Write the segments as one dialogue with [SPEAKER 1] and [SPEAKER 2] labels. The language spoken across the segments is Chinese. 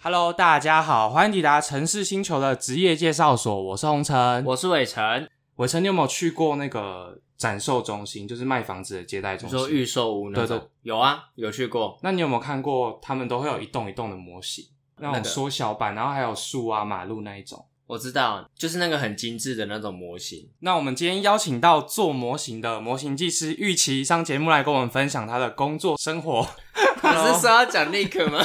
[SPEAKER 1] Hello，大家好，欢迎抵达城市星球的职业介绍所，我是洪晨。
[SPEAKER 2] 我是伟成，
[SPEAKER 1] 伟成，你有没有去过那个展售中心，就是卖房子的接待中
[SPEAKER 2] 你说
[SPEAKER 1] 心？
[SPEAKER 2] 预售屋那
[SPEAKER 1] 对
[SPEAKER 2] 种，有啊，有去过，
[SPEAKER 1] 那你有没有看过他们都会有一栋一栋的模型，那
[SPEAKER 2] 那
[SPEAKER 1] 种
[SPEAKER 2] 个
[SPEAKER 1] 缩小版，然后还有树啊、马路那一种。
[SPEAKER 2] 我知道，就是那个很精致的那种 模型。
[SPEAKER 1] 那我们今天邀请到做模型的模型技师玉琪上节目来跟我们分享他的工作生 活，
[SPEAKER 2] 你是说要讲 Nick 吗？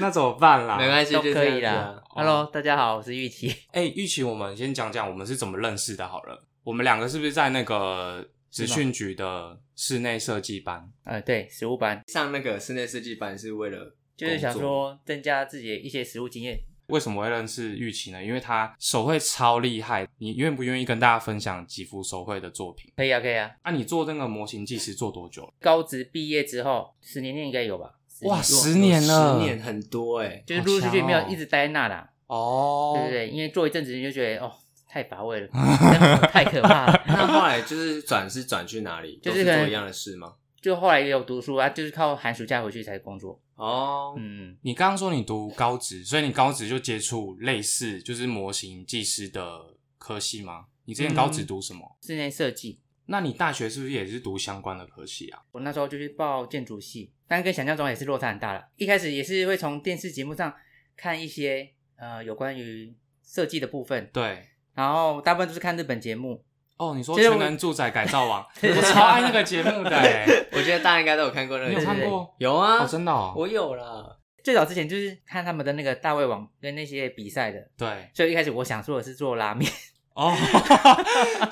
[SPEAKER 1] 那怎么办啦？
[SPEAKER 2] 没关系，
[SPEAKER 3] 都
[SPEAKER 2] 就
[SPEAKER 3] 可
[SPEAKER 2] 这
[SPEAKER 3] 以
[SPEAKER 2] 样子
[SPEAKER 3] 啦
[SPEAKER 2] 啊。
[SPEAKER 3] Hello，大家好，我是玉琪。
[SPEAKER 1] 哎、玉琪，我们先讲讲我们是怎么认识的好了。我们两个是不是在那个职训局的室内设计班？
[SPEAKER 3] 呃，对，实务班
[SPEAKER 2] 上那个室内设计班是为了
[SPEAKER 3] 就是想
[SPEAKER 2] 工作
[SPEAKER 3] 说增加自己的一些实务经验。
[SPEAKER 1] 为什么会认识玉琪呢？因为她手绘超厉害。你愿不愿意跟大家分享几幅手绘的作品？
[SPEAKER 3] 可以啊，可以啊。
[SPEAKER 1] 啊，你做那个模型技师做多久了？
[SPEAKER 3] 高职毕业之后，十年内应该有吧？
[SPEAKER 1] 哇，
[SPEAKER 3] 十年
[SPEAKER 1] 十年了，
[SPEAKER 2] 十年很多哎，
[SPEAKER 3] 就是陆陆续续没有一直待在那啦，
[SPEAKER 1] 哦。
[SPEAKER 3] 对不对？因为做一阵子你就觉得哦，太乏味 了，生活太可怕了。
[SPEAKER 2] 那 后来就是转是转去哪里？
[SPEAKER 3] 就
[SPEAKER 2] 都是
[SPEAKER 3] 是可能
[SPEAKER 2] 做一样的事吗？
[SPEAKER 3] 就后来也有读书啊，就是靠寒暑假回去才工作。
[SPEAKER 2] 哦，
[SPEAKER 3] 嗯，
[SPEAKER 1] 你刚刚说你读高职，所以你高职就接触类似就是模型技师的科系吗？你之前高职
[SPEAKER 3] 嗯
[SPEAKER 1] 读什么？
[SPEAKER 3] 室内设计，
[SPEAKER 1] 那你大学是不是也是读相关的科系啊？
[SPEAKER 3] 我那时候就去报建筑系，但跟想象中也是落差很大了。一开始也是会从电视节目上看一些呃有关于设计的部分，
[SPEAKER 1] 对，
[SPEAKER 3] 然后大部分都是看日本节目，
[SPEAKER 1] 哦，你说
[SPEAKER 3] 其实我
[SPEAKER 1] 全能住宅改造 王，我超爱那个节目的、欸，
[SPEAKER 2] 我觉得大家应该都有看过那 个，
[SPEAKER 1] 你有看
[SPEAKER 3] 对对
[SPEAKER 1] 过？
[SPEAKER 2] 有啊
[SPEAKER 1] 哦，，真的哦，
[SPEAKER 2] 我有啦。
[SPEAKER 3] 最早之前就是看他们的那个大胃王跟那些比赛的，
[SPEAKER 1] 对
[SPEAKER 3] 所以一开始我想做的是做拉面，
[SPEAKER 1] 哦，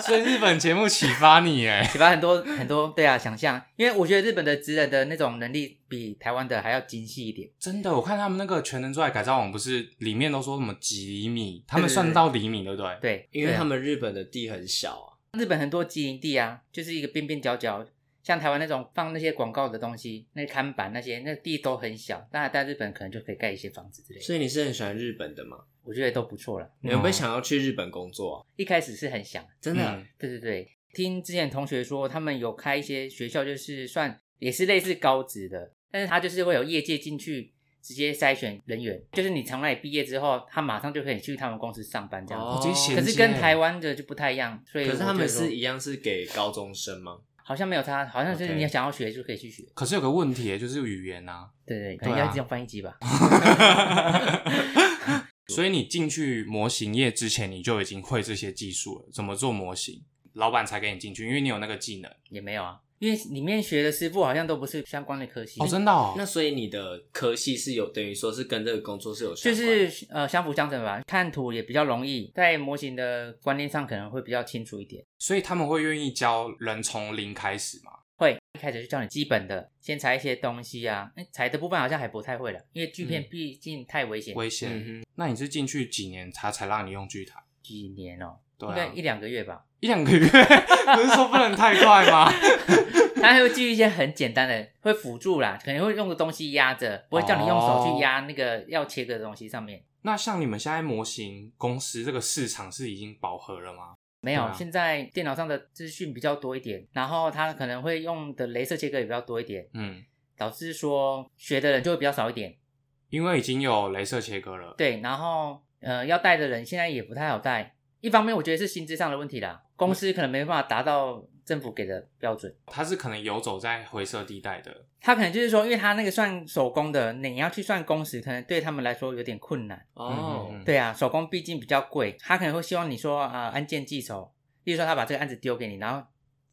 [SPEAKER 1] 所以日本节目启发你哎，
[SPEAKER 3] 启发很多很多对啊想象，因为我觉得日本的职人的那种能力比台湾的还要精细一点，
[SPEAKER 1] 真的，我看他们那个全能住宅改造网，不是里面都说什么几厘米，他们
[SPEAKER 3] 对对
[SPEAKER 1] 算
[SPEAKER 3] 对
[SPEAKER 1] 到厘米，对不对？
[SPEAKER 3] 对，
[SPEAKER 2] 因为
[SPEAKER 3] 对啊
[SPEAKER 2] 他们日本的地很小啊，
[SPEAKER 3] 日本很多集营地啊，就是一个边边角角，像台湾那种放那些广告的东西，那看板那些，那地都很小，那在日本可能就可以盖一些房子之类的，
[SPEAKER 2] 所以你是很喜欢日本的嘛？
[SPEAKER 3] 我觉得都不错了。
[SPEAKER 2] 你有没有想要去日本工作啊？
[SPEAKER 3] 一开始是很想，
[SPEAKER 2] 真的啊
[SPEAKER 1] 嗯
[SPEAKER 3] 对对对，听之前同学说，他们有开一些学校，就是算也是类似高职的，但是他就是会有业界进去直接筛选人员，就是你从那里毕业之后，他马上就可以去他们公司上班这样子。
[SPEAKER 1] 哦直接衔
[SPEAKER 3] 可
[SPEAKER 1] 衔
[SPEAKER 3] 是
[SPEAKER 1] 接
[SPEAKER 3] 跟台湾的就不太一样，所以
[SPEAKER 2] 可是他
[SPEAKER 3] 我
[SPEAKER 2] 们
[SPEAKER 3] 觉得
[SPEAKER 2] 是一样是给高中生吗？
[SPEAKER 3] 好像没有差，好像就是
[SPEAKER 1] OK
[SPEAKER 3] 你想要学就可以去学。
[SPEAKER 1] 可是有个问题欸，就是语言 啊，
[SPEAKER 3] 对对，可能
[SPEAKER 1] 对啊
[SPEAKER 3] 要用翻译机吧。
[SPEAKER 1] 所以你进去模型业之前，你就已经会这些技术了，怎么做模型，老板才给你进去，因为你有那个技能
[SPEAKER 3] 也没有啊，因为里面学的师傅好像都不是相关的科系，
[SPEAKER 1] 哦，真的哦，
[SPEAKER 2] 那所以你的科系是有等于说是跟这个工作是有相
[SPEAKER 3] 就
[SPEAKER 2] 关
[SPEAKER 3] 是呃相辅相成吧。看图也比较容易，在模型的观念上可能会比较清楚一点。
[SPEAKER 1] 所以他们会愿意教人从零开始嘛？
[SPEAKER 3] 会一开始就教你基本的，先裁一些东西啊。诶裁的部分好像还不太会了，因为锯片
[SPEAKER 1] 嗯
[SPEAKER 3] 毕竟太危险。
[SPEAKER 1] 危险。
[SPEAKER 2] 嗯
[SPEAKER 1] 那你是进去几年，他才让你用锯台？
[SPEAKER 3] 几年哦、
[SPEAKER 1] 对、
[SPEAKER 3] 应
[SPEAKER 1] 啊，
[SPEAKER 3] 该一两个月吧。
[SPEAKER 1] 一两个月， 不是说不能太快吗？
[SPEAKER 3] 它还会锯一些很简单的，会辅助啦，可能会用个东西压着，不会叫你用手
[SPEAKER 1] 哦
[SPEAKER 3] 去压那个要切割的东西上面。
[SPEAKER 1] 那像你们现在模型公司这个市场是已经饱和了吗？
[SPEAKER 3] 没有，
[SPEAKER 1] 对啊
[SPEAKER 3] 现在电脑上的资讯比较多一点，然后它可能会用的镭射切割也比较多一点，
[SPEAKER 1] 嗯，
[SPEAKER 3] 导致说学的人就会比较少一点。
[SPEAKER 1] 因为已经有镭射切割了。，
[SPEAKER 3] 对，然后呃，要带的人现在也不太好带。一方面，我觉得是薪资上的问题啦，公
[SPEAKER 1] 嗯
[SPEAKER 3] 司可能没办法达到政府给的标准。
[SPEAKER 1] 它是可能游走在灰色地带的。
[SPEAKER 3] 他可能就是说，因为他那个算手工的，你要去算工时，可能对他们来说有点困难。
[SPEAKER 2] 哦，
[SPEAKER 1] 嗯嗯嗯
[SPEAKER 3] 对啊，手工毕竟比较贵，他可能会希望你说啊、呃按件计酬，例如说他把这个案子丢给你，然后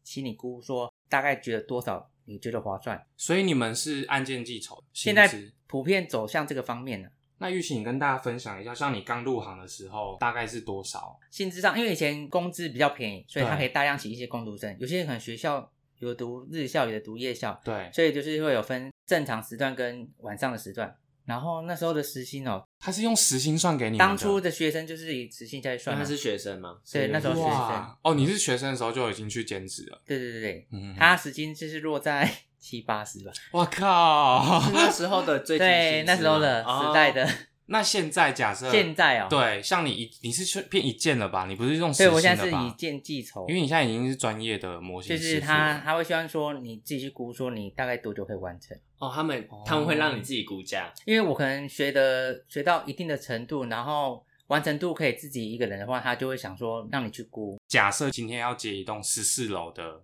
[SPEAKER 3] 请你估说大概觉得多少你觉得划算。
[SPEAKER 1] 所以你们是按件计酬，
[SPEAKER 3] 现在
[SPEAKER 1] 薪资
[SPEAKER 3] 普遍走向这个方面了。
[SPEAKER 1] 那玉玺，你跟大家分享一下，像你刚入行的时候，大概是多少？
[SPEAKER 3] 薪资上，因为以前工资比较便宜，所以他
[SPEAKER 1] 对
[SPEAKER 3] 可以大量请一些工读生。有些可能学校有读日校，有的读夜校，
[SPEAKER 1] 对，
[SPEAKER 3] 所以就是会有分正常时段跟晚上的时段。然后那时候的时薪哦，
[SPEAKER 1] 它是用时薪算给你们的。哦
[SPEAKER 3] 当初的学生就是以时薪下去
[SPEAKER 2] 那
[SPEAKER 3] 算啊
[SPEAKER 2] 他是
[SPEAKER 3] 的。
[SPEAKER 2] 学生吗？
[SPEAKER 3] 对那时候学生
[SPEAKER 1] 哇哦，你是学生的时候就已经去兼职了。
[SPEAKER 3] 对对对对，
[SPEAKER 1] 嗯，
[SPEAKER 3] 他时薪就是落在 七八十吧。
[SPEAKER 1] 我靠，
[SPEAKER 2] 是那时候的最近薪资吗
[SPEAKER 3] 对，那时候的
[SPEAKER 2] 哦
[SPEAKER 3] 时代的
[SPEAKER 1] 那现在假设
[SPEAKER 3] 现在哦、，
[SPEAKER 1] 对，像你一你是去变一件了吧？你不是用实
[SPEAKER 3] 对我
[SPEAKER 1] 心
[SPEAKER 3] 现在
[SPEAKER 1] 的
[SPEAKER 3] 是以
[SPEAKER 1] 吧？
[SPEAKER 3] 件计酬，
[SPEAKER 1] 因为你现在已经是专业的模型
[SPEAKER 3] 就
[SPEAKER 1] 师
[SPEAKER 3] 是
[SPEAKER 1] 傅
[SPEAKER 3] 他
[SPEAKER 1] 了
[SPEAKER 3] 他会希望说你自己去估说你大概多久可以完成，
[SPEAKER 2] 哦，他们
[SPEAKER 1] 哦
[SPEAKER 2] 他们会让你自己估价，
[SPEAKER 3] 因为我可能学的学到一定的程度，然后完成度可以自己一个人的话，他就会想说让你去估，
[SPEAKER 1] 假设今天要接一栋十四楼的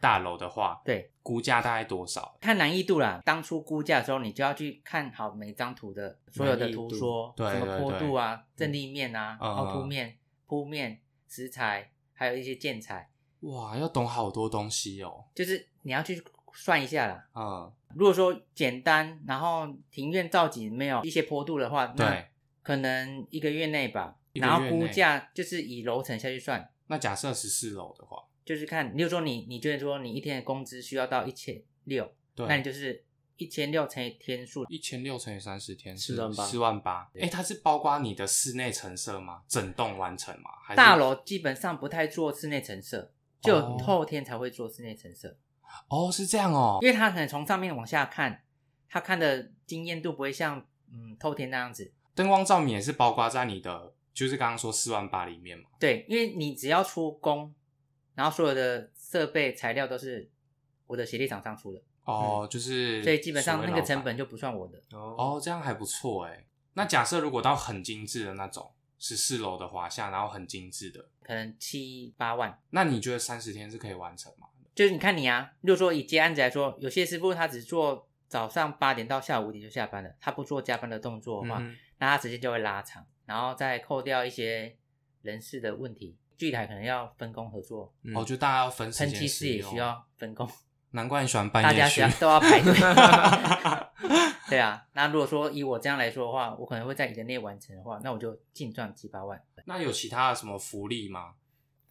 [SPEAKER 1] 大楼的话，
[SPEAKER 3] 对，
[SPEAKER 1] 估价大概多少？
[SPEAKER 3] 看难易度啦。当初估价的时候，你就要去看好每张图的所有的
[SPEAKER 2] 难易
[SPEAKER 3] 图
[SPEAKER 2] 度
[SPEAKER 3] 说，
[SPEAKER 1] 对
[SPEAKER 3] 什么
[SPEAKER 1] 对
[SPEAKER 3] 坡
[SPEAKER 1] 对
[SPEAKER 3] 度啊、正立面啊、
[SPEAKER 1] 嗯
[SPEAKER 3] 凹凸面、铺面、石材，还有一些建材，
[SPEAKER 1] 哇，要懂好多东西哦。
[SPEAKER 3] 就是你要去算一下啦。
[SPEAKER 1] 嗯，
[SPEAKER 3] 如果说简单，然后庭院造景没有一些坡度的话，那
[SPEAKER 1] 对。
[SPEAKER 3] 可能一个月内吧，
[SPEAKER 1] 一个月
[SPEAKER 3] 然
[SPEAKER 1] 内
[SPEAKER 3] 后估价就是以楼层下去算，
[SPEAKER 1] 那假设十四楼的话，
[SPEAKER 3] 就是看，例如说你你觉得说你一天的工资需要到一千六，那你
[SPEAKER 1] 对，
[SPEAKER 3] 就是一千六乘以天数，
[SPEAKER 1] 一千六乘以三十天是
[SPEAKER 2] 48,000
[SPEAKER 1] 四万八。哎，它是包括你的室内陈设吗？整栋完成吗？还是
[SPEAKER 3] 大楼基本上不太做室内陈设，就
[SPEAKER 1] 哦
[SPEAKER 3] 后天才会做室内陈设，
[SPEAKER 1] 哦，是这样哦。
[SPEAKER 3] 因为他可能从上面往下看，他看的经验度不会像嗯透天那样子。
[SPEAKER 1] 灯光照明也是包括在你的，就是刚刚说四万八里面嘛。
[SPEAKER 3] 对，因为你只要出工，然后所有的设备材料都是我的协力厂商出的，
[SPEAKER 1] 哦，就是
[SPEAKER 3] 嗯所以基本上
[SPEAKER 1] 所谓
[SPEAKER 3] 那个
[SPEAKER 1] 老板
[SPEAKER 3] 成本就不算我的。
[SPEAKER 1] 哦，这样还不错哎。那假设如果到很精致的那种十四楼的华夏，然后很精致的，
[SPEAKER 3] 可能七八万。
[SPEAKER 1] 那你觉得三十天是可以完成吗？
[SPEAKER 3] 就是你看你啊，如果说以接案子来说，有些师傅他只做早上八点到下午五点就下班了，他不做加班的动作的话，
[SPEAKER 1] 嗯哼
[SPEAKER 3] 那他时间就会拉长，然后再扣掉一些人事的问题，剧台可能要分工合作，
[SPEAKER 1] 哦，就大家要分时
[SPEAKER 3] 嗯喷
[SPEAKER 1] 间
[SPEAKER 3] 漆师
[SPEAKER 1] 使
[SPEAKER 3] 也
[SPEAKER 1] 用
[SPEAKER 3] 需，要分工，
[SPEAKER 1] 难怪你喜欢半
[SPEAKER 3] 大
[SPEAKER 1] 夜
[SPEAKER 3] 家需
[SPEAKER 1] 去
[SPEAKER 3] 要。都要排队。 对啊，那如果说以我这样来说的话，我可能会在一个内完成的话，那我就净赚七八万。
[SPEAKER 1] 那有其他的什么福利吗？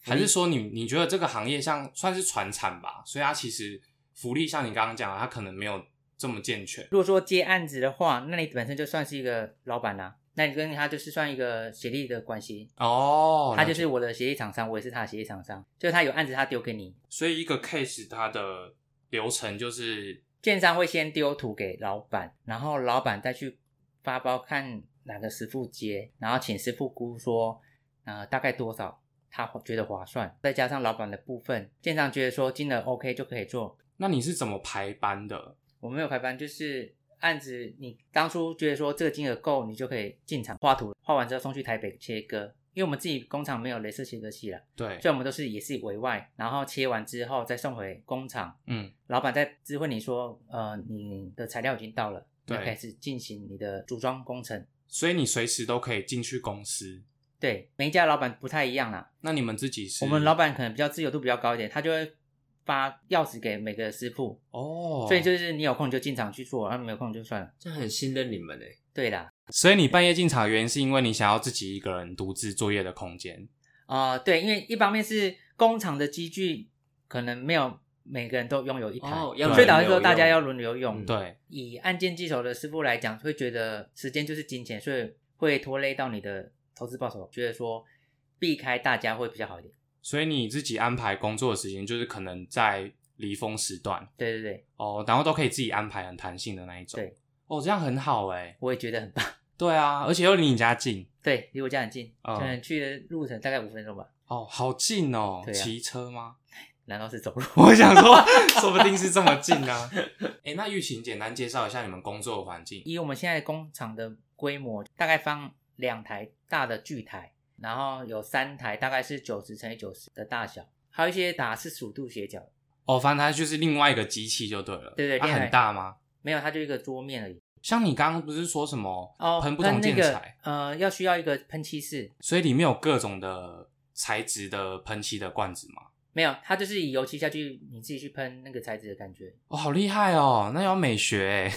[SPEAKER 1] 还是说你你觉得这个行业像算是传产吧，所以它其实福利像你刚刚讲的，它可能没有这么健全。
[SPEAKER 3] 如果说接案子的话，那你本身就算是一个老板啦、那你跟他就是算一个协力的关系，
[SPEAKER 1] 哦，
[SPEAKER 3] 他
[SPEAKER 1] 了
[SPEAKER 3] 就
[SPEAKER 1] 解
[SPEAKER 3] 是我的协议厂商，我也是他的协议厂商，就是他有案子他丢给你，
[SPEAKER 1] 所以一个 case 它的流程就是
[SPEAKER 3] 建商会先丢图给老板，然后老板再去发包看哪个师傅接，然后请师傅估说，呃，大概多少他觉得划算，再加上老板的部分，建商觉得说金额 OK 就可以做。
[SPEAKER 1] 那你是怎么排班的？
[SPEAKER 3] 我没有排班，就是案子你当初觉得说这个金额够，你就可以进场画图，画完之后送去台北切割，因为我们自己工厂没有镭射切割器啦。
[SPEAKER 1] 对
[SPEAKER 3] 所，以我们都是也是委外，然后切完之后再送回工厂，
[SPEAKER 1] 嗯，
[SPEAKER 3] 老板再知会你说，呃，你的材料已经到了，就
[SPEAKER 1] 对
[SPEAKER 3] 开始进行你的组装工程。
[SPEAKER 1] 所以你随时都可以进去公司。
[SPEAKER 3] 对，每一家老板不太一样啦，
[SPEAKER 1] 那你们自己是
[SPEAKER 3] 我们老板可能比较自由度比较高一点，他就会发钥匙给每个师傅，
[SPEAKER 1] 哦，
[SPEAKER 3] 所以就是你有空就进厂去做，然啊后没有空就算了。
[SPEAKER 2] 这很信任你们欸诶。
[SPEAKER 3] 对啦，
[SPEAKER 1] 所以你半夜进场的原因是因为你想要自己一个人独自作业的空间。
[SPEAKER 3] 啊，对，因为一方面是工厂的机具可能没有每个人都拥有一台，
[SPEAKER 2] 哦
[SPEAKER 1] 要
[SPEAKER 3] 所以导致
[SPEAKER 2] 轮流
[SPEAKER 3] 说大家
[SPEAKER 2] 用
[SPEAKER 3] 要轮流用。
[SPEAKER 2] 嗯
[SPEAKER 1] 对，
[SPEAKER 3] 以按键技手的师傅来讲，会觉得时间就是金钱，所以会拖累到你的投资报酬，觉得说避开大家会比较好一点。
[SPEAKER 1] 所以你自己安排工作的时间就是可能在离峰时段
[SPEAKER 3] 对对对，
[SPEAKER 1] 哦，然后都可以自己安排，很弹性的那一种。
[SPEAKER 3] 对，
[SPEAKER 1] 哦，这样很好哎、
[SPEAKER 3] 我也觉得很棒。
[SPEAKER 1] 对啊，而且又离你家近
[SPEAKER 3] 对，离我家很近，
[SPEAKER 1] 哦
[SPEAKER 3] 可能去的路程大概五分钟吧，
[SPEAKER 1] 哦，好近哦，
[SPEAKER 3] 对啊
[SPEAKER 1] 骑车吗？
[SPEAKER 3] 难道是走路？
[SPEAKER 1] 我想说，说不定是这么近啊。哎、那玉琴简单介绍一下你们工作的环境。
[SPEAKER 3] 以我们现在工厂的规模，大概放两台大的锯台，然后有三台大概是九十乘以九十的大小，还有一些打四十五度斜角，
[SPEAKER 1] 哦，反正它就是另外一个机器就对了。
[SPEAKER 3] 对对
[SPEAKER 1] 它、
[SPEAKER 3] 另外
[SPEAKER 1] 很大吗？
[SPEAKER 3] 没有，它就一个桌面而已。
[SPEAKER 1] 像你刚刚不是说什么
[SPEAKER 3] 哦，
[SPEAKER 1] 喷不
[SPEAKER 3] 跟
[SPEAKER 1] 同
[SPEAKER 3] 那
[SPEAKER 1] 建
[SPEAKER 3] 个
[SPEAKER 1] 材，
[SPEAKER 3] 呃，要需要一个喷漆室，
[SPEAKER 1] 所以里面有各种的材质的喷漆的罐子吗？
[SPEAKER 3] 没有，它就是以油漆下去，你自己去喷那个材质的感觉。
[SPEAKER 1] 哦，好厉害哦！那要美学哎，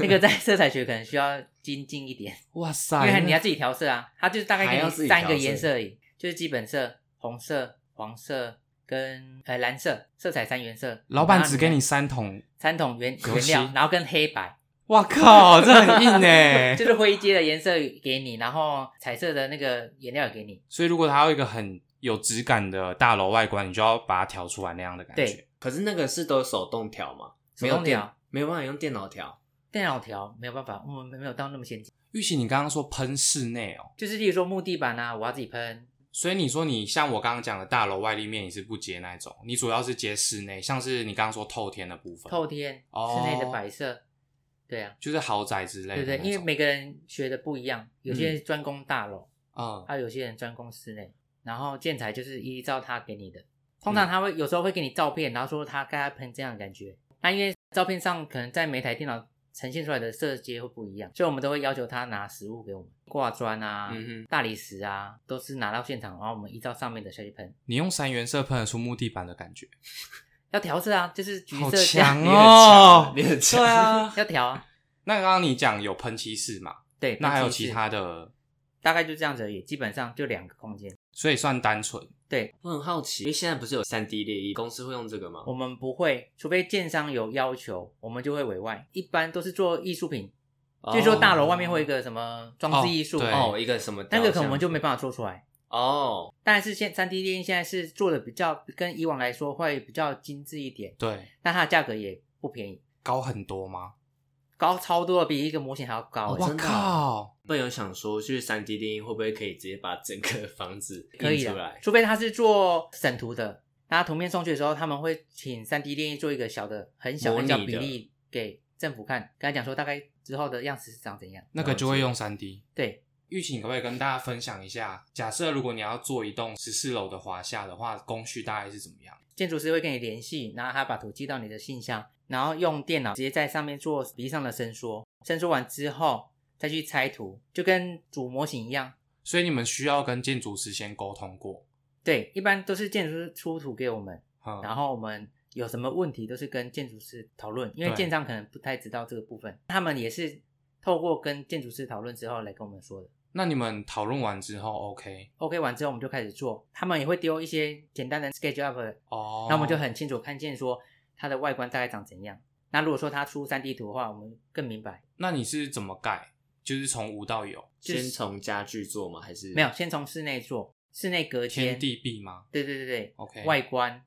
[SPEAKER 3] 那个在色彩学可能需要精进一点，
[SPEAKER 1] 哇
[SPEAKER 3] 因
[SPEAKER 1] 塞！
[SPEAKER 3] 为你要自
[SPEAKER 1] 己
[SPEAKER 3] 己调色啊。它就是大概
[SPEAKER 2] 还
[SPEAKER 3] 给
[SPEAKER 2] 要
[SPEAKER 3] 你
[SPEAKER 2] 自己
[SPEAKER 3] 三个
[SPEAKER 2] 调色
[SPEAKER 3] 颜色而已，就是基本色、红色、黄色跟呃蓝色，色彩三原色。
[SPEAKER 1] 老板
[SPEAKER 3] 然后
[SPEAKER 1] 只给你三桶，
[SPEAKER 3] 三桶原
[SPEAKER 1] 油
[SPEAKER 3] 原
[SPEAKER 1] 漆
[SPEAKER 3] 料，然后跟黑白，
[SPEAKER 1] 哇靠，这很硬哎
[SPEAKER 3] 就。是灰阶的颜色给你，然后彩色的那个颜料也给你。
[SPEAKER 1] 所以如果它要一个很有质感的大楼外观，你就要把它调出来那样的感觉
[SPEAKER 3] 对。
[SPEAKER 2] 可是那个是都手动调吗？没
[SPEAKER 3] 手动调
[SPEAKER 2] 有电，没有办法用电脑调。
[SPEAKER 3] 电脑调没有办法，我们没有到那么先进。
[SPEAKER 1] 玉琪，你刚刚说喷室内哦，
[SPEAKER 3] 就是例如说木地板啊，我要自己喷，
[SPEAKER 1] 所以你说你像我刚刚讲的大楼外立面，你是不接那一种，你主要是接室内，像是你刚刚说透天的部分，
[SPEAKER 3] 透天、
[SPEAKER 1] 哦
[SPEAKER 3] 室内的摆设，对啊，
[SPEAKER 1] 就是豪宅之类
[SPEAKER 3] 对
[SPEAKER 1] 的
[SPEAKER 3] 不对？
[SPEAKER 1] 那
[SPEAKER 3] 因为
[SPEAKER 1] 种
[SPEAKER 3] 每个人学的不一样，有些人专攻大楼，
[SPEAKER 1] 嗯
[SPEAKER 3] 啊，有些人专攻室内，然后建材就是依照他给
[SPEAKER 1] 嗯
[SPEAKER 3] 你的。通常他会有时候会给你照片，然后说他该喷这样的感觉。那因为照片上可能在每台电脑呈现出来的色阶会不一样，所以我们都会要求他拿实物给我们，挂砖啊、
[SPEAKER 1] 嗯哼，
[SPEAKER 3] 大理石啊，都是拿到现场，然后我们依照上面的下去喷。
[SPEAKER 1] 你用三原色喷得出木地板的感觉，
[SPEAKER 3] 要调色啊，就是橘
[SPEAKER 1] 好
[SPEAKER 3] 色
[SPEAKER 1] 强
[SPEAKER 3] 加。
[SPEAKER 1] 哦，
[SPEAKER 2] 你很强
[SPEAKER 1] 对啊
[SPEAKER 3] 要调啊。
[SPEAKER 1] 那刚刚你讲有喷漆室嘛，
[SPEAKER 3] 对，
[SPEAKER 1] 那还有
[SPEAKER 3] 喷漆
[SPEAKER 1] 其
[SPEAKER 3] 是
[SPEAKER 1] 他的，
[SPEAKER 3] 大概就这样子而已，基本上就两个空间。
[SPEAKER 1] 所以算单纯。
[SPEAKER 2] 我很好奇，因为现在不是有三 D 列印，公司会用这个吗？
[SPEAKER 3] 我们不会，除非建商有要求，我们就会委外。一般都是做艺术品，
[SPEAKER 2] 哦
[SPEAKER 3] 就是说大楼外面会有一个什么装置艺术，
[SPEAKER 1] 哦对
[SPEAKER 2] 哦，一个什么
[SPEAKER 3] 那
[SPEAKER 2] 雕像？
[SPEAKER 3] 个可能我们就没办法做出来。
[SPEAKER 2] 哦，
[SPEAKER 3] 但是现三 D 列印现在是做的比较跟以往来说会比较精致一点，
[SPEAKER 1] 对，
[SPEAKER 3] 但它的价格也不便宜，
[SPEAKER 1] 高很多吗？
[SPEAKER 3] 高超多了，比一个模型还要高
[SPEAKER 2] 哦
[SPEAKER 3] 欸。
[SPEAKER 1] 哇
[SPEAKER 2] 真的
[SPEAKER 1] 靠！
[SPEAKER 2] 本有想说，就是三 D 列印会不会可以直接把整个 房子
[SPEAKER 3] 可以
[SPEAKER 2] 印出
[SPEAKER 3] 的
[SPEAKER 2] 来，？
[SPEAKER 3] 除非他是做审图的，那图片送去的时候，他们会请三 D 列印做一个小的、很小、
[SPEAKER 2] 模
[SPEAKER 3] 很
[SPEAKER 2] 拟
[SPEAKER 3] 小
[SPEAKER 2] 的
[SPEAKER 3] 比例给政府看，跟他讲说大概之后的样子是长怎样。
[SPEAKER 1] 那个就会用三 D。
[SPEAKER 3] 对，
[SPEAKER 1] 玉琴，你可不可以跟大家分享一下？假设如果你要做一栋十四楼的华夏的话，工序大概是怎么样？
[SPEAKER 3] 建筑师会跟你联系，然后他把图寄到你的信箱，然后用电脑直接在上面做比例上的伸缩，伸缩完之后再去拆图，就跟主模型一样。
[SPEAKER 1] 所以你们需要跟建筑师先沟通过。
[SPEAKER 3] 对，一般都是建筑师出图给我们，
[SPEAKER 1] 嗯，
[SPEAKER 3] 然后我们有什么问题都是跟建筑师讨论，因为
[SPEAKER 1] 对
[SPEAKER 3] 建商可能不太知道这个部分，他们也是透过跟建筑师讨论之后来跟我们说的。
[SPEAKER 1] 那你们讨论完之后，OK？
[SPEAKER 3] OK 完之后我们就开始做，他们也会丢一些简单的 sketch up
[SPEAKER 1] 哦，
[SPEAKER 3] 那我们就很清楚看见说它的外观大概长怎样。那如果说它出三 D 图的话，我们更明白。
[SPEAKER 1] 那你是怎么盖？就是从无到有，
[SPEAKER 2] 先从家具做吗？还是
[SPEAKER 3] 没有，先从室内做，室内隔间、
[SPEAKER 1] 天地壁吗
[SPEAKER 3] 对对对对
[SPEAKER 1] ？OK，
[SPEAKER 3] 外观，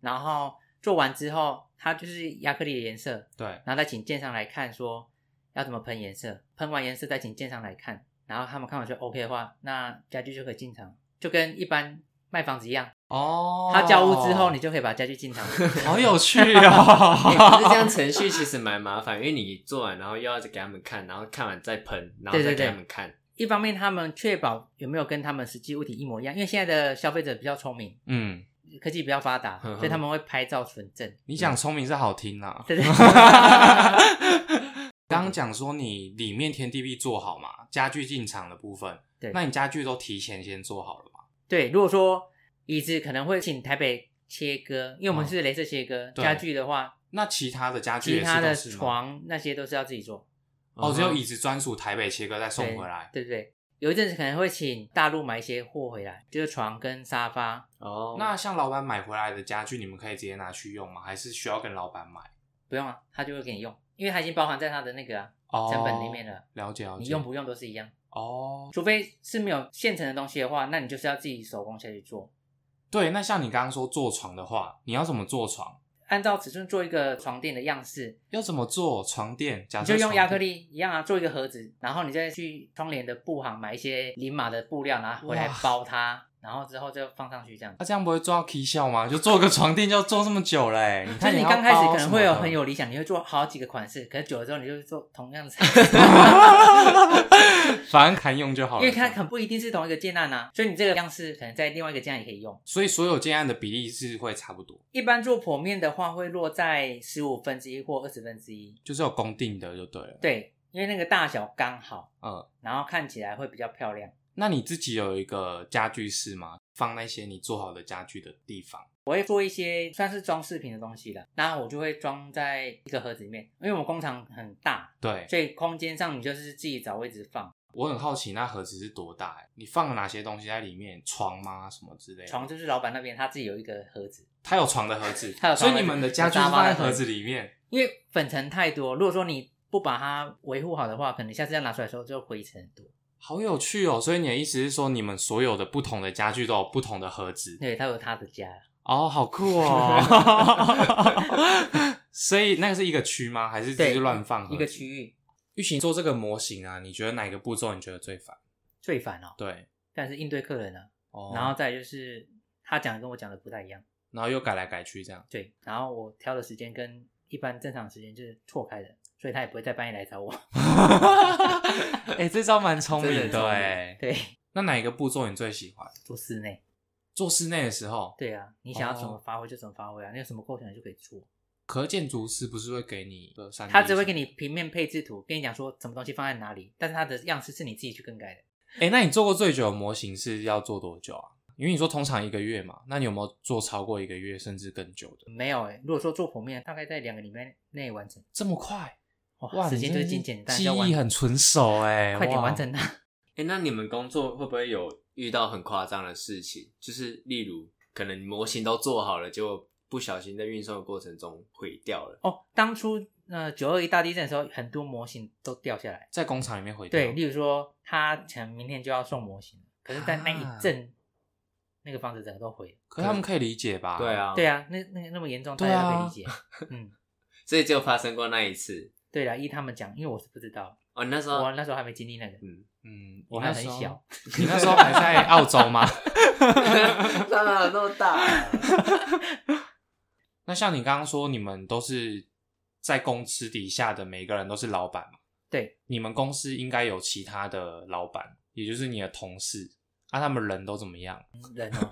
[SPEAKER 3] 然后做完之后，它就是亚克力的颜色，
[SPEAKER 1] 对，
[SPEAKER 3] 然后再请建商来看说要怎么喷颜色，喷完颜色再请建商来看，然后他们看完就 OK 的话，那家具就可以进场，就跟一般卖房子一样，
[SPEAKER 1] 哦，
[SPEAKER 3] 他交屋之后你就可以把家具进场。
[SPEAKER 1] 好 有趣哦，
[SPEAKER 2] 欸可是这样程序其实蛮麻烦，因为你做完，然后又要再给他们看，然后看完再喷，然后
[SPEAKER 3] 对
[SPEAKER 2] 再
[SPEAKER 3] 对对
[SPEAKER 2] 给他们看。
[SPEAKER 3] 一方面，他们确保有没有跟他们实际物体一模一样，因为现在的消费者比较聪明，
[SPEAKER 1] 嗯，
[SPEAKER 3] 科技比较发达，
[SPEAKER 2] 嗯哼
[SPEAKER 3] 所以他们会拍照存证。
[SPEAKER 1] 你讲聪明是好听啦。
[SPEAKER 3] 对对 对
[SPEAKER 1] 刚刚讲说你里面天地壁做好嘛，家具进场的部分，
[SPEAKER 3] 对
[SPEAKER 1] 那你家具都提前先做好了嘛？
[SPEAKER 3] 对，如果说椅子可能会请台北切割，因为我们
[SPEAKER 1] 嗯
[SPEAKER 3] 是镭射切割，
[SPEAKER 1] 对
[SPEAKER 3] 家具的话，
[SPEAKER 1] 那其他的家具
[SPEAKER 3] 其
[SPEAKER 1] 也是
[SPEAKER 3] 他的
[SPEAKER 1] 都是吗
[SPEAKER 3] 床那些都是要自己做，
[SPEAKER 1] 哦，
[SPEAKER 2] 嗯
[SPEAKER 1] 只有椅子专属台北切割再送
[SPEAKER 3] 对
[SPEAKER 1] 回来。
[SPEAKER 3] 对不对？有一阵子可能会请大陆买一些货回来，就是床跟沙发，
[SPEAKER 2] 哦，
[SPEAKER 1] 那像老板买回来的家具，你们可以直接拿去用吗？还是需要跟老板买？
[SPEAKER 3] 不用啊，他就会给你用，因为它已经包含在它的那个啊、
[SPEAKER 1] 哦，
[SPEAKER 3] 成本里面了，
[SPEAKER 1] 了解了解。
[SPEAKER 3] 你用不用都是一样。
[SPEAKER 1] 哦，
[SPEAKER 3] 除非是没有现成的东西的话，那你就是要自己手工下去做，
[SPEAKER 1] 对，那像你刚刚说做床的话，你要怎么做床？
[SPEAKER 3] 按照尺寸做一个床垫的样式，
[SPEAKER 1] 要怎么做床垫？假
[SPEAKER 3] 你
[SPEAKER 1] 设
[SPEAKER 3] 就用
[SPEAKER 1] 啊床
[SPEAKER 3] 亚克
[SPEAKER 1] 垫
[SPEAKER 3] 力一样啊，做一个盒子，然后你再去窗帘的布行买一些零码的布料，然后回来
[SPEAKER 1] 哇
[SPEAKER 3] 包它，然后之后就放上去这样
[SPEAKER 1] 那、。这样不会做到 K 笑吗？就做个床垫就要做这么久嘞、 你
[SPEAKER 3] 就
[SPEAKER 1] 看
[SPEAKER 3] 是你
[SPEAKER 1] 要
[SPEAKER 3] 刚开始
[SPEAKER 1] 包
[SPEAKER 3] 可
[SPEAKER 1] 什
[SPEAKER 3] 能
[SPEAKER 1] 么
[SPEAKER 3] 会有
[SPEAKER 1] 的
[SPEAKER 3] 很有理想，你会做好几个款式，可是久了之后你就做同样的 材质，
[SPEAKER 1] 反正堪用就好了。
[SPEAKER 3] 因为它可能不一定是同一个建案啊，所以你这个样式可能在另外一个建案也可以用。
[SPEAKER 1] 所以所有建案的比例是会差不多，
[SPEAKER 3] 一般做剖面的话会落在十五分之一或二十分之一，
[SPEAKER 1] 就是有公定的就对了。
[SPEAKER 3] 对，因为那个大小刚好。
[SPEAKER 1] 嗯，
[SPEAKER 3] 然后看起来会比较漂亮。
[SPEAKER 1] 那你自己有一个家具室吗？放那些你做好的家具的地方。
[SPEAKER 3] 我会做一些算是装饰品的东西了，然后我就会装在一个盒子里面，因为我们工厂很大，
[SPEAKER 1] 对，
[SPEAKER 3] 所以空间上你就是自己找位置放。
[SPEAKER 1] 我很好奇那盒子是多大、欸？你放了哪些东西在里面？床吗？什么之类的？
[SPEAKER 3] 床就是老板那边他自己有一个盒子，
[SPEAKER 1] 它有床的盒子，
[SPEAKER 3] 它有
[SPEAKER 1] 所
[SPEAKER 3] 床
[SPEAKER 1] 以
[SPEAKER 3] 的
[SPEAKER 1] 你们的家具是
[SPEAKER 3] 有沙
[SPEAKER 1] 放
[SPEAKER 3] 发的
[SPEAKER 1] 在
[SPEAKER 3] 盒子
[SPEAKER 1] 盒子里面。
[SPEAKER 3] 因为粉尘太多，如果说你不把它维护好的话，可能下次要拿出来的时候就灰尘很多。
[SPEAKER 1] 好有趣哦！所以你的意思是说，你们所有的不同的家具都有不同的盒子？
[SPEAKER 3] 对，它有它的家，
[SPEAKER 1] 哦，好酷哦！所以那个是一个区吗？还是只
[SPEAKER 3] 对，
[SPEAKER 1] 是乱放盒
[SPEAKER 3] 一
[SPEAKER 1] 子
[SPEAKER 3] 个区域。
[SPEAKER 1] 玉琴做这个模型啊，你觉得哪个步骤你觉得最烦？
[SPEAKER 3] 最烦哦，
[SPEAKER 1] 对，
[SPEAKER 3] 但是应对客人啊，
[SPEAKER 1] 哦
[SPEAKER 3] 然后再来就是他讲的跟我讲的不太一样，
[SPEAKER 1] 然后又改来改去 这样，
[SPEAKER 3] 对，然后我挑的时间跟一般正常时间就是错开的，所以他也不会再半夜来 找我。
[SPEAKER 1] 哎、这招蛮聪明
[SPEAKER 2] 真的很聪
[SPEAKER 1] 的
[SPEAKER 2] 明
[SPEAKER 1] 哎、
[SPEAKER 3] 对，
[SPEAKER 1] 那哪一个步骤你最喜欢？
[SPEAKER 3] 做室内，
[SPEAKER 1] 做室内的时候，
[SPEAKER 3] 对啊，你想要怎么
[SPEAKER 1] 哦
[SPEAKER 3] 发挥就怎么发挥啊，你有什么构想就可以做。
[SPEAKER 1] 可是建筑师不是会给你一个三，
[SPEAKER 3] 他只会给。你平面配置图，跟你讲说什么东西放在哪里，但是它的样式是你自己去更改的。
[SPEAKER 1] 哎、那你做过最久的模型是要做多久啊？因为你说通常一个月嘛，那你有没有做超过一个月甚至更久的？
[SPEAKER 3] 没有哎、如果说做剖面，大概在两个礼拜内完成。
[SPEAKER 1] 这么快
[SPEAKER 3] 哇，
[SPEAKER 1] 哇！
[SPEAKER 3] 时间
[SPEAKER 1] 你
[SPEAKER 3] 就
[SPEAKER 1] 真
[SPEAKER 3] 是
[SPEAKER 1] 是
[SPEAKER 3] 金钱，但
[SPEAKER 1] 记
[SPEAKER 3] 是要完
[SPEAKER 1] 忆很纯熟哎、
[SPEAKER 3] 快点
[SPEAKER 1] 哇
[SPEAKER 3] 完成它。
[SPEAKER 2] 哎、那你们工作会不会有遇到很夸张的事情？就是例如，可能模型都做好了，结果不小心在运送的过程中毁掉了。
[SPEAKER 3] 哦，当初呃九二一大地震的时候，很多模型都掉下来。
[SPEAKER 1] 在工厂里面回
[SPEAKER 3] 对，例如说他可能明天就要送模型了，可是，在那
[SPEAKER 1] 啊
[SPEAKER 3] 一阵，那个房子整个都毁了。
[SPEAKER 1] 可是他们可以理解吧？
[SPEAKER 2] 对，啊，
[SPEAKER 3] 对
[SPEAKER 2] 啊，
[SPEAKER 3] 啊，那那那么严重，大
[SPEAKER 1] 对
[SPEAKER 3] 家都可以
[SPEAKER 1] 啊
[SPEAKER 3] 理解。嗯，
[SPEAKER 2] 所以就发生过那一次。
[SPEAKER 3] 对啦，依他们讲，因为我是不知道，
[SPEAKER 2] 哦，你那时候
[SPEAKER 3] 我那时候还没经历那个，
[SPEAKER 2] 嗯，
[SPEAKER 1] 嗯，
[SPEAKER 3] 我
[SPEAKER 1] 我
[SPEAKER 3] 还
[SPEAKER 1] 那
[SPEAKER 3] 很
[SPEAKER 1] 时候
[SPEAKER 3] 小，
[SPEAKER 1] 你那时候还在澳洲吗？
[SPEAKER 2] 当然有那么大、啊
[SPEAKER 1] 那像你刚刚说，你们都是在公司底下的每个人都是老板嘛？
[SPEAKER 3] 对，
[SPEAKER 1] 你们公司应该有其他的老板，也就是你的同事，啊，他们人都怎么样？
[SPEAKER 3] 人 哦，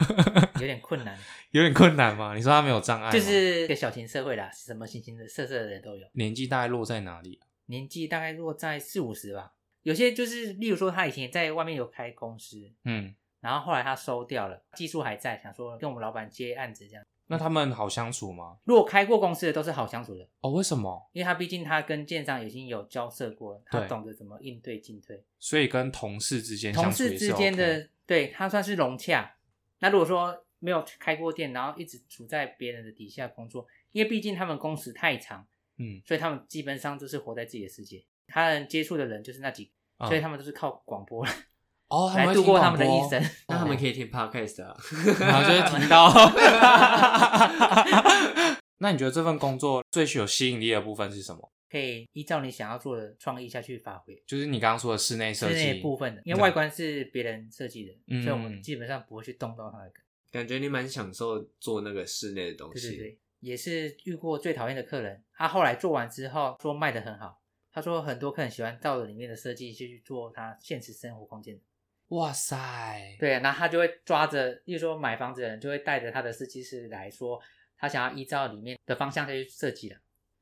[SPEAKER 3] 有点困难，
[SPEAKER 1] 有点困难 吗？你说他们有障碍吗，
[SPEAKER 3] 哎就是一个小型社会啦，什么形形色色的人都有。
[SPEAKER 1] 年纪大概落在哪里啊？
[SPEAKER 3] 年纪大概落在四五十吧。有些就是，例如说他以前在外面有开公司，
[SPEAKER 1] 嗯，
[SPEAKER 3] 然后后来他收掉了，技术还在，想说跟我们老板接案子这样。
[SPEAKER 1] 那他们好相处吗？
[SPEAKER 3] 如果开过公司的都是好相处的，
[SPEAKER 1] 哦，为什么？
[SPEAKER 3] 因为他毕竟他跟建商已经有交涉过了，他
[SPEAKER 1] 对
[SPEAKER 3] 懂得怎么应对进退。
[SPEAKER 1] 所以跟同事之间
[SPEAKER 3] 同
[SPEAKER 1] 相处
[SPEAKER 3] 事
[SPEAKER 1] 也是
[SPEAKER 3] 之
[SPEAKER 1] OK
[SPEAKER 3] 间的、对他算是融洽。那如果说没有开过店，然后一直处在别人的底下工作，因为毕竟他们工时太长，
[SPEAKER 1] 嗯，
[SPEAKER 3] 所以他们基本上就是活在自己的世界，他人接触的人就是那几个，
[SPEAKER 1] 嗯
[SPEAKER 3] 所以他们都是靠广播来
[SPEAKER 1] 哦，
[SPEAKER 3] 来
[SPEAKER 1] 们
[SPEAKER 3] 度过他们的一
[SPEAKER 1] 医
[SPEAKER 3] 生
[SPEAKER 1] 生，。
[SPEAKER 2] 那他们可以听 podcast 啊。
[SPEAKER 1] 然后就会听到。 那你觉得这份工作最有吸引力的部分是什么？
[SPEAKER 3] 可以依照你想要做的创意下去发挥，
[SPEAKER 1] 就是你刚刚说的室内
[SPEAKER 3] 是
[SPEAKER 1] 设
[SPEAKER 3] 那
[SPEAKER 1] 计
[SPEAKER 3] 部分的，因为外观是别人设计的，
[SPEAKER 1] 嗯
[SPEAKER 3] 所以我们基本上不会去动到它的梗。
[SPEAKER 2] 感觉你蛮享受做那个室内的东
[SPEAKER 3] 对
[SPEAKER 2] 西。
[SPEAKER 3] 对对，也是遇过最讨厌的客人，他后来做完之后说卖的很好，他说很多客人喜欢照着里面的设计去做他现实生活空间。
[SPEAKER 1] 哇塞，
[SPEAKER 3] 对，然后他就会抓着，例如说买房子的人就会带着他的设计师来说，他想要依照里面的方向去设计了。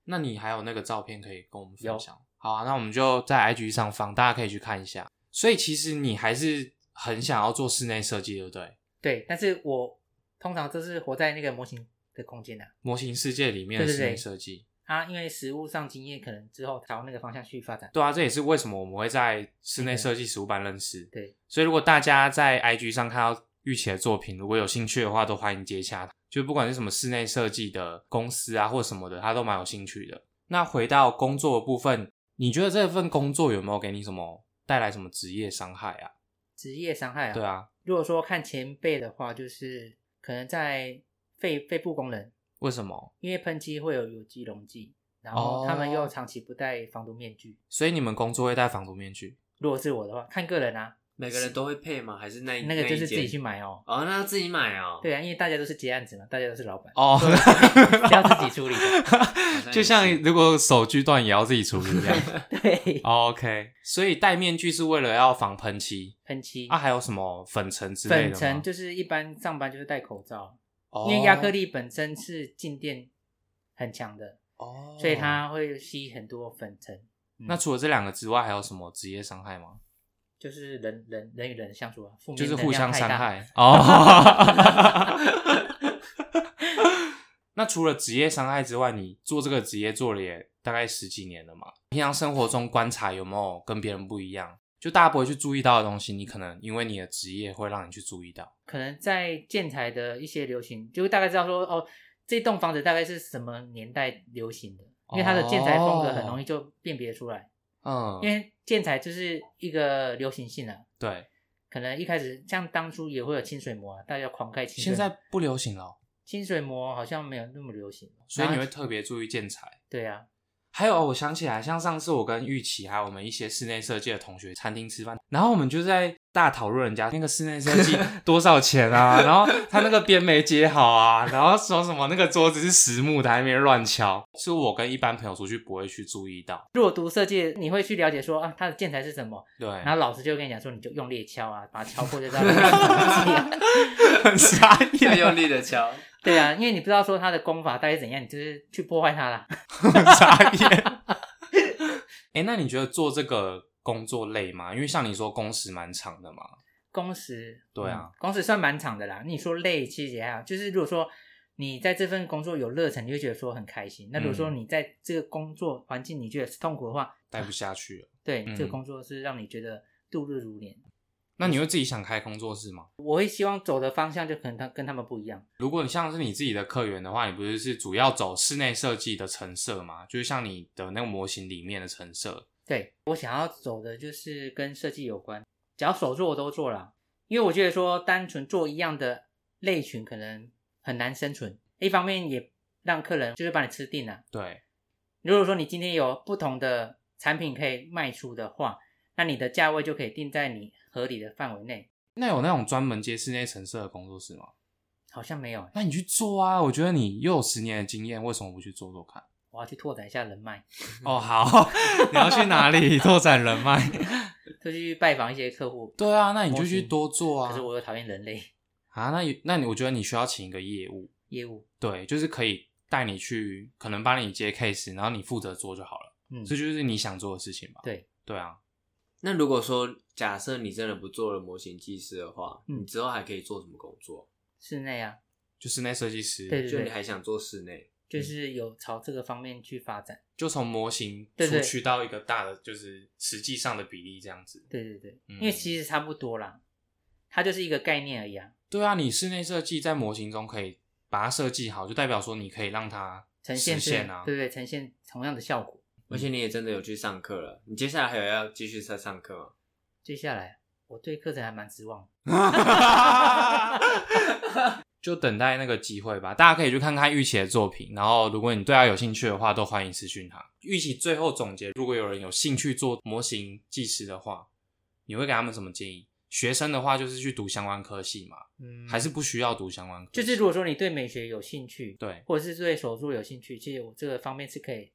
[SPEAKER 1] 那你还有那个照片可以跟我们
[SPEAKER 3] 有
[SPEAKER 1] 分享？好啊，那我们就在 IG 上放，大家可以去看一下。所以其实你还是很想要做室内设计，对不对？
[SPEAKER 3] 对，但是我通常都是活在那个模型的空间啊，
[SPEAKER 1] 模型世界里面的
[SPEAKER 3] 对对
[SPEAKER 1] 室内
[SPEAKER 3] 对
[SPEAKER 1] 设计，
[SPEAKER 3] 啊，因为实物上经验可能之后朝那个方向去发展。
[SPEAKER 1] 对啊，这也是为什么我们会在室内
[SPEAKER 3] 嗯
[SPEAKER 1] 设计实务班认识。
[SPEAKER 3] 对，
[SPEAKER 1] 所以如果大家在 IG 上看到玉琪的作品，如果有兴趣的话，都欢迎接洽他。就不管是什么室内设计的公司啊，或什么的，他都蛮有兴趣的。那回到工作的部分，你觉得这份工作有没有给你什么带来什么职业伤害啊？
[SPEAKER 3] 职业伤害啊，
[SPEAKER 1] 对啊，
[SPEAKER 3] 如果说看前辈的话，就是可能在肺肺部工人，
[SPEAKER 1] 为什么？
[SPEAKER 3] 因为喷漆会有有机溶剂，然后他们
[SPEAKER 1] 哦
[SPEAKER 3] 又长期不戴防毒面具。
[SPEAKER 1] 所以你们工作会戴防毒面具？
[SPEAKER 3] 如果是我的话，看个人啊，
[SPEAKER 2] 每个人都会配吗？还是那一
[SPEAKER 3] 那个就是自己
[SPEAKER 2] 一
[SPEAKER 3] 去
[SPEAKER 2] 间
[SPEAKER 3] 买哦。
[SPEAKER 2] 哦，那要自己买哦。
[SPEAKER 3] 对啊，因为大家都是接案子嘛，大家都是老板，
[SPEAKER 1] 哦
[SPEAKER 3] 所以是要自己处 理的。
[SPEAKER 2] 是
[SPEAKER 1] 就像如果手锯断也要自己处理一 样。
[SPEAKER 3] 对，
[SPEAKER 1] 哦 OK，所以戴面具是为了要防喷漆
[SPEAKER 3] 喷漆
[SPEAKER 1] 啊，还有什么粉尘之类的
[SPEAKER 3] 粉
[SPEAKER 1] 吗？
[SPEAKER 3] 尘就是一般上班就是戴口罩，
[SPEAKER 1] 哦
[SPEAKER 3] 因为亚克力本身是静电很强的，
[SPEAKER 1] 哦，
[SPEAKER 3] 所以它会吸很多粉尘。嗯
[SPEAKER 1] 那除了这两个之外，还有什么职业伤害吗？
[SPEAKER 3] 就是人人人与人相处啊，负面
[SPEAKER 1] 就是
[SPEAKER 3] 嗯能
[SPEAKER 1] 互相
[SPEAKER 3] 量太
[SPEAKER 1] 伤
[SPEAKER 3] 大
[SPEAKER 1] 害 哦。 那除了职业伤害之外，你做这个职业做了也大概十几年了嘛？平常生活中观察有没有跟别人不一样？就大家不会去注意到的东西，你可能因为你的职业会让你去注意到。
[SPEAKER 3] 可能在建材的一些流行，就大概知道说哦，这栋房子大概是什么年代流行的，因为它的建材风格很容易就辨别出来，
[SPEAKER 1] 哦嗯，
[SPEAKER 3] 因为建材就是一个流行性啊。
[SPEAKER 1] 对，
[SPEAKER 3] 可能一开始像当初也会有清水模啊，大家狂盖清水
[SPEAKER 1] 现
[SPEAKER 3] 模。
[SPEAKER 1] 在不流行了哦，
[SPEAKER 3] 清水模好像没有那么流行，
[SPEAKER 1] 所以你
[SPEAKER 3] 然
[SPEAKER 1] 会
[SPEAKER 3] 后
[SPEAKER 1] 特别注意建材。
[SPEAKER 3] 对啊，
[SPEAKER 1] 还有，哦我想起来，像上次我跟玉琪还有我们一些室内设计的同学餐厅吃饭，然后我们就在大讨论人家那个室内设计 多少钱啊，然后他那个边没接好啊，然后说什么那个桌子是实木的，还没乱敲，是我跟一般朋友出去不会去注意到。
[SPEAKER 3] 如果读设计，你会去了解说啊，它的建材是什么，
[SPEAKER 1] 对，
[SPEAKER 3] 然后老师就会跟你讲说，你就用力敲啊，把它敲破就知道它是什么东西啊
[SPEAKER 1] 很傻
[SPEAKER 2] 要
[SPEAKER 1] 眼，
[SPEAKER 2] 用力的敲，
[SPEAKER 3] 对啊，因为你不知道说它的功法大概是怎样，你就是去破坏它啦。
[SPEAKER 1] 很傻眼。 哎、那你觉得做这个工作累吗？因为像你说工时蛮长的嘛。
[SPEAKER 3] 工时，
[SPEAKER 1] 对啊
[SPEAKER 3] 嗯，工时算蛮长的啦。你说累，其实也还好。就是如果说你在这份工作有热忱，你会觉得说很开心。那如果
[SPEAKER 1] 嗯
[SPEAKER 3] 说你在这个工作环境你觉得是痛苦的话，
[SPEAKER 1] 待不下去了。
[SPEAKER 3] 对、
[SPEAKER 1] 嗯
[SPEAKER 3] 这个工作是让你觉得度日如年。
[SPEAKER 1] 那你会自己想开工作室吗？
[SPEAKER 3] 我会希望走的方向就可能他跟他们不一样。
[SPEAKER 1] 如果你像是你自己的客源的话，你不是是主要走室内设计的成色吗？就是像你的那个模型里面的成色，
[SPEAKER 3] 对我想要走的就是跟设计有关，只要手做我都做了，因为我觉得说单纯做一样的类群可能很难生存。一方面也让客人就是把你吃定了、
[SPEAKER 1] 对，
[SPEAKER 3] 如果说你今天有不同的产品可以卖出的话，那你的价位就可以定在你合理的范围内。
[SPEAKER 1] 那有那种专门接室内成色的工作室吗？
[SPEAKER 3] 好像没有欸，
[SPEAKER 1] 那你去做啊！我觉得你又有十年的经验，为什么不去做做看？
[SPEAKER 3] 我要去拓展一下人脉，
[SPEAKER 1] 哦，好， 你要去哪 里拓展人脉？
[SPEAKER 3] 就去拜访一些客户。
[SPEAKER 1] 对啊，那你就
[SPEAKER 3] 模
[SPEAKER 1] 去
[SPEAKER 3] 型
[SPEAKER 1] 多做啊
[SPEAKER 3] 可是！我又讨厌人类
[SPEAKER 1] 啊，那有那你我觉得你需要请一个业务，
[SPEAKER 3] 业务，
[SPEAKER 1] 对，就是可以带你去，可能帮你接 case，然后你负责做就好了。
[SPEAKER 3] 嗯，
[SPEAKER 1] 这就是你想做的事情吧？
[SPEAKER 3] 对，
[SPEAKER 1] 对啊，
[SPEAKER 2] 那如果说假设你真的不做了模型技师的话，
[SPEAKER 3] 嗯
[SPEAKER 2] 你之后还可以做什么工作？
[SPEAKER 3] 室内啊，
[SPEAKER 1] 就室内设计师，
[SPEAKER 3] 对对
[SPEAKER 2] 就你
[SPEAKER 3] 对，
[SPEAKER 2] 还想做室内？
[SPEAKER 3] 就是有朝这个方面去发展。
[SPEAKER 1] 就从模型
[SPEAKER 3] 对
[SPEAKER 1] 出
[SPEAKER 3] 对
[SPEAKER 1] 去到一个大的，就是实际上的比例这样子。
[SPEAKER 3] 对对对，
[SPEAKER 1] 嗯
[SPEAKER 3] 因为其实差不多啦，它就是一个概念而已啊，
[SPEAKER 1] 对啊，你室内设计在模型中可以把它设计好，就代表说你可以让 它
[SPEAKER 3] 呈
[SPEAKER 1] 实
[SPEAKER 3] 现是
[SPEAKER 1] 现啊。
[SPEAKER 3] 对对，呈现同样的效果。
[SPEAKER 2] 而且你也真的有去上课了，你接下来还有要继续再上课吗？
[SPEAKER 3] 接下来我对课程还蛮失望的。
[SPEAKER 1] 就等待那个机会吧，大家可以去看看玉琪的作品，然后如果你对他有兴趣的话，都欢迎私讯他。玉琪最后总结，如果有人有兴趣做模型技师的话，你会给他们什么建议？学生的话就是去读相关科系嘛，
[SPEAKER 3] 嗯
[SPEAKER 1] 还是不需要读相关科系？
[SPEAKER 3] 就是如果说你对美学有兴趣，
[SPEAKER 1] 对，
[SPEAKER 3] 或者是对手术有兴趣，其实我这个方面是可以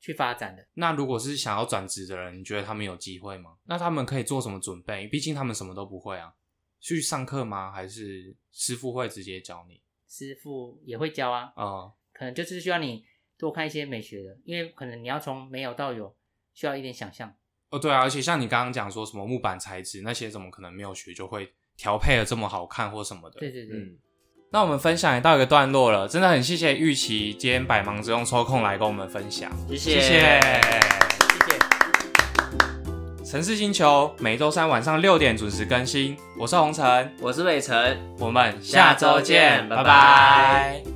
[SPEAKER 3] 去发展的。
[SPEAKER 1] 那如果是想要转职的人，你觉得他们有机会吗？那他们可以做什么准备？毕竟他们什么都不会啊，去上课吗？还是师傅会直接教你？
[SPEAKER 3] 师傅也会教啊，
[SPEAKER 1] 哦、
[SPEAKER 3] 可能就是需要你多看一些美学的，因为可能你要从没有到有，需要一点想象。
[SPEAKER 1] 哦，对啊，而且像你刚刚讲说什么木板材质那些，怎么可能没有学就会调配的这么好看或什么的？
[SPEAKER 3] 对对对，
[SPEAKER 2] 嗯，
[SPEAKER 1] 那我们分享也到一个段落了，真的很谢谢玉琪今天百忙之中抽空来跟我们分享，
[SPEAKER 2] 谢
[SPEAKER 1] 谢谢。
[SPEAKER 3] 谢谢。
[SPEAKER 1] 城市星球每周三晚上六点准时更新，我是红尘，
[SPEAKER 2] 我是伟成。
[SPEAKER 1] 我们
[SPEAKER 2] 下周见拜拜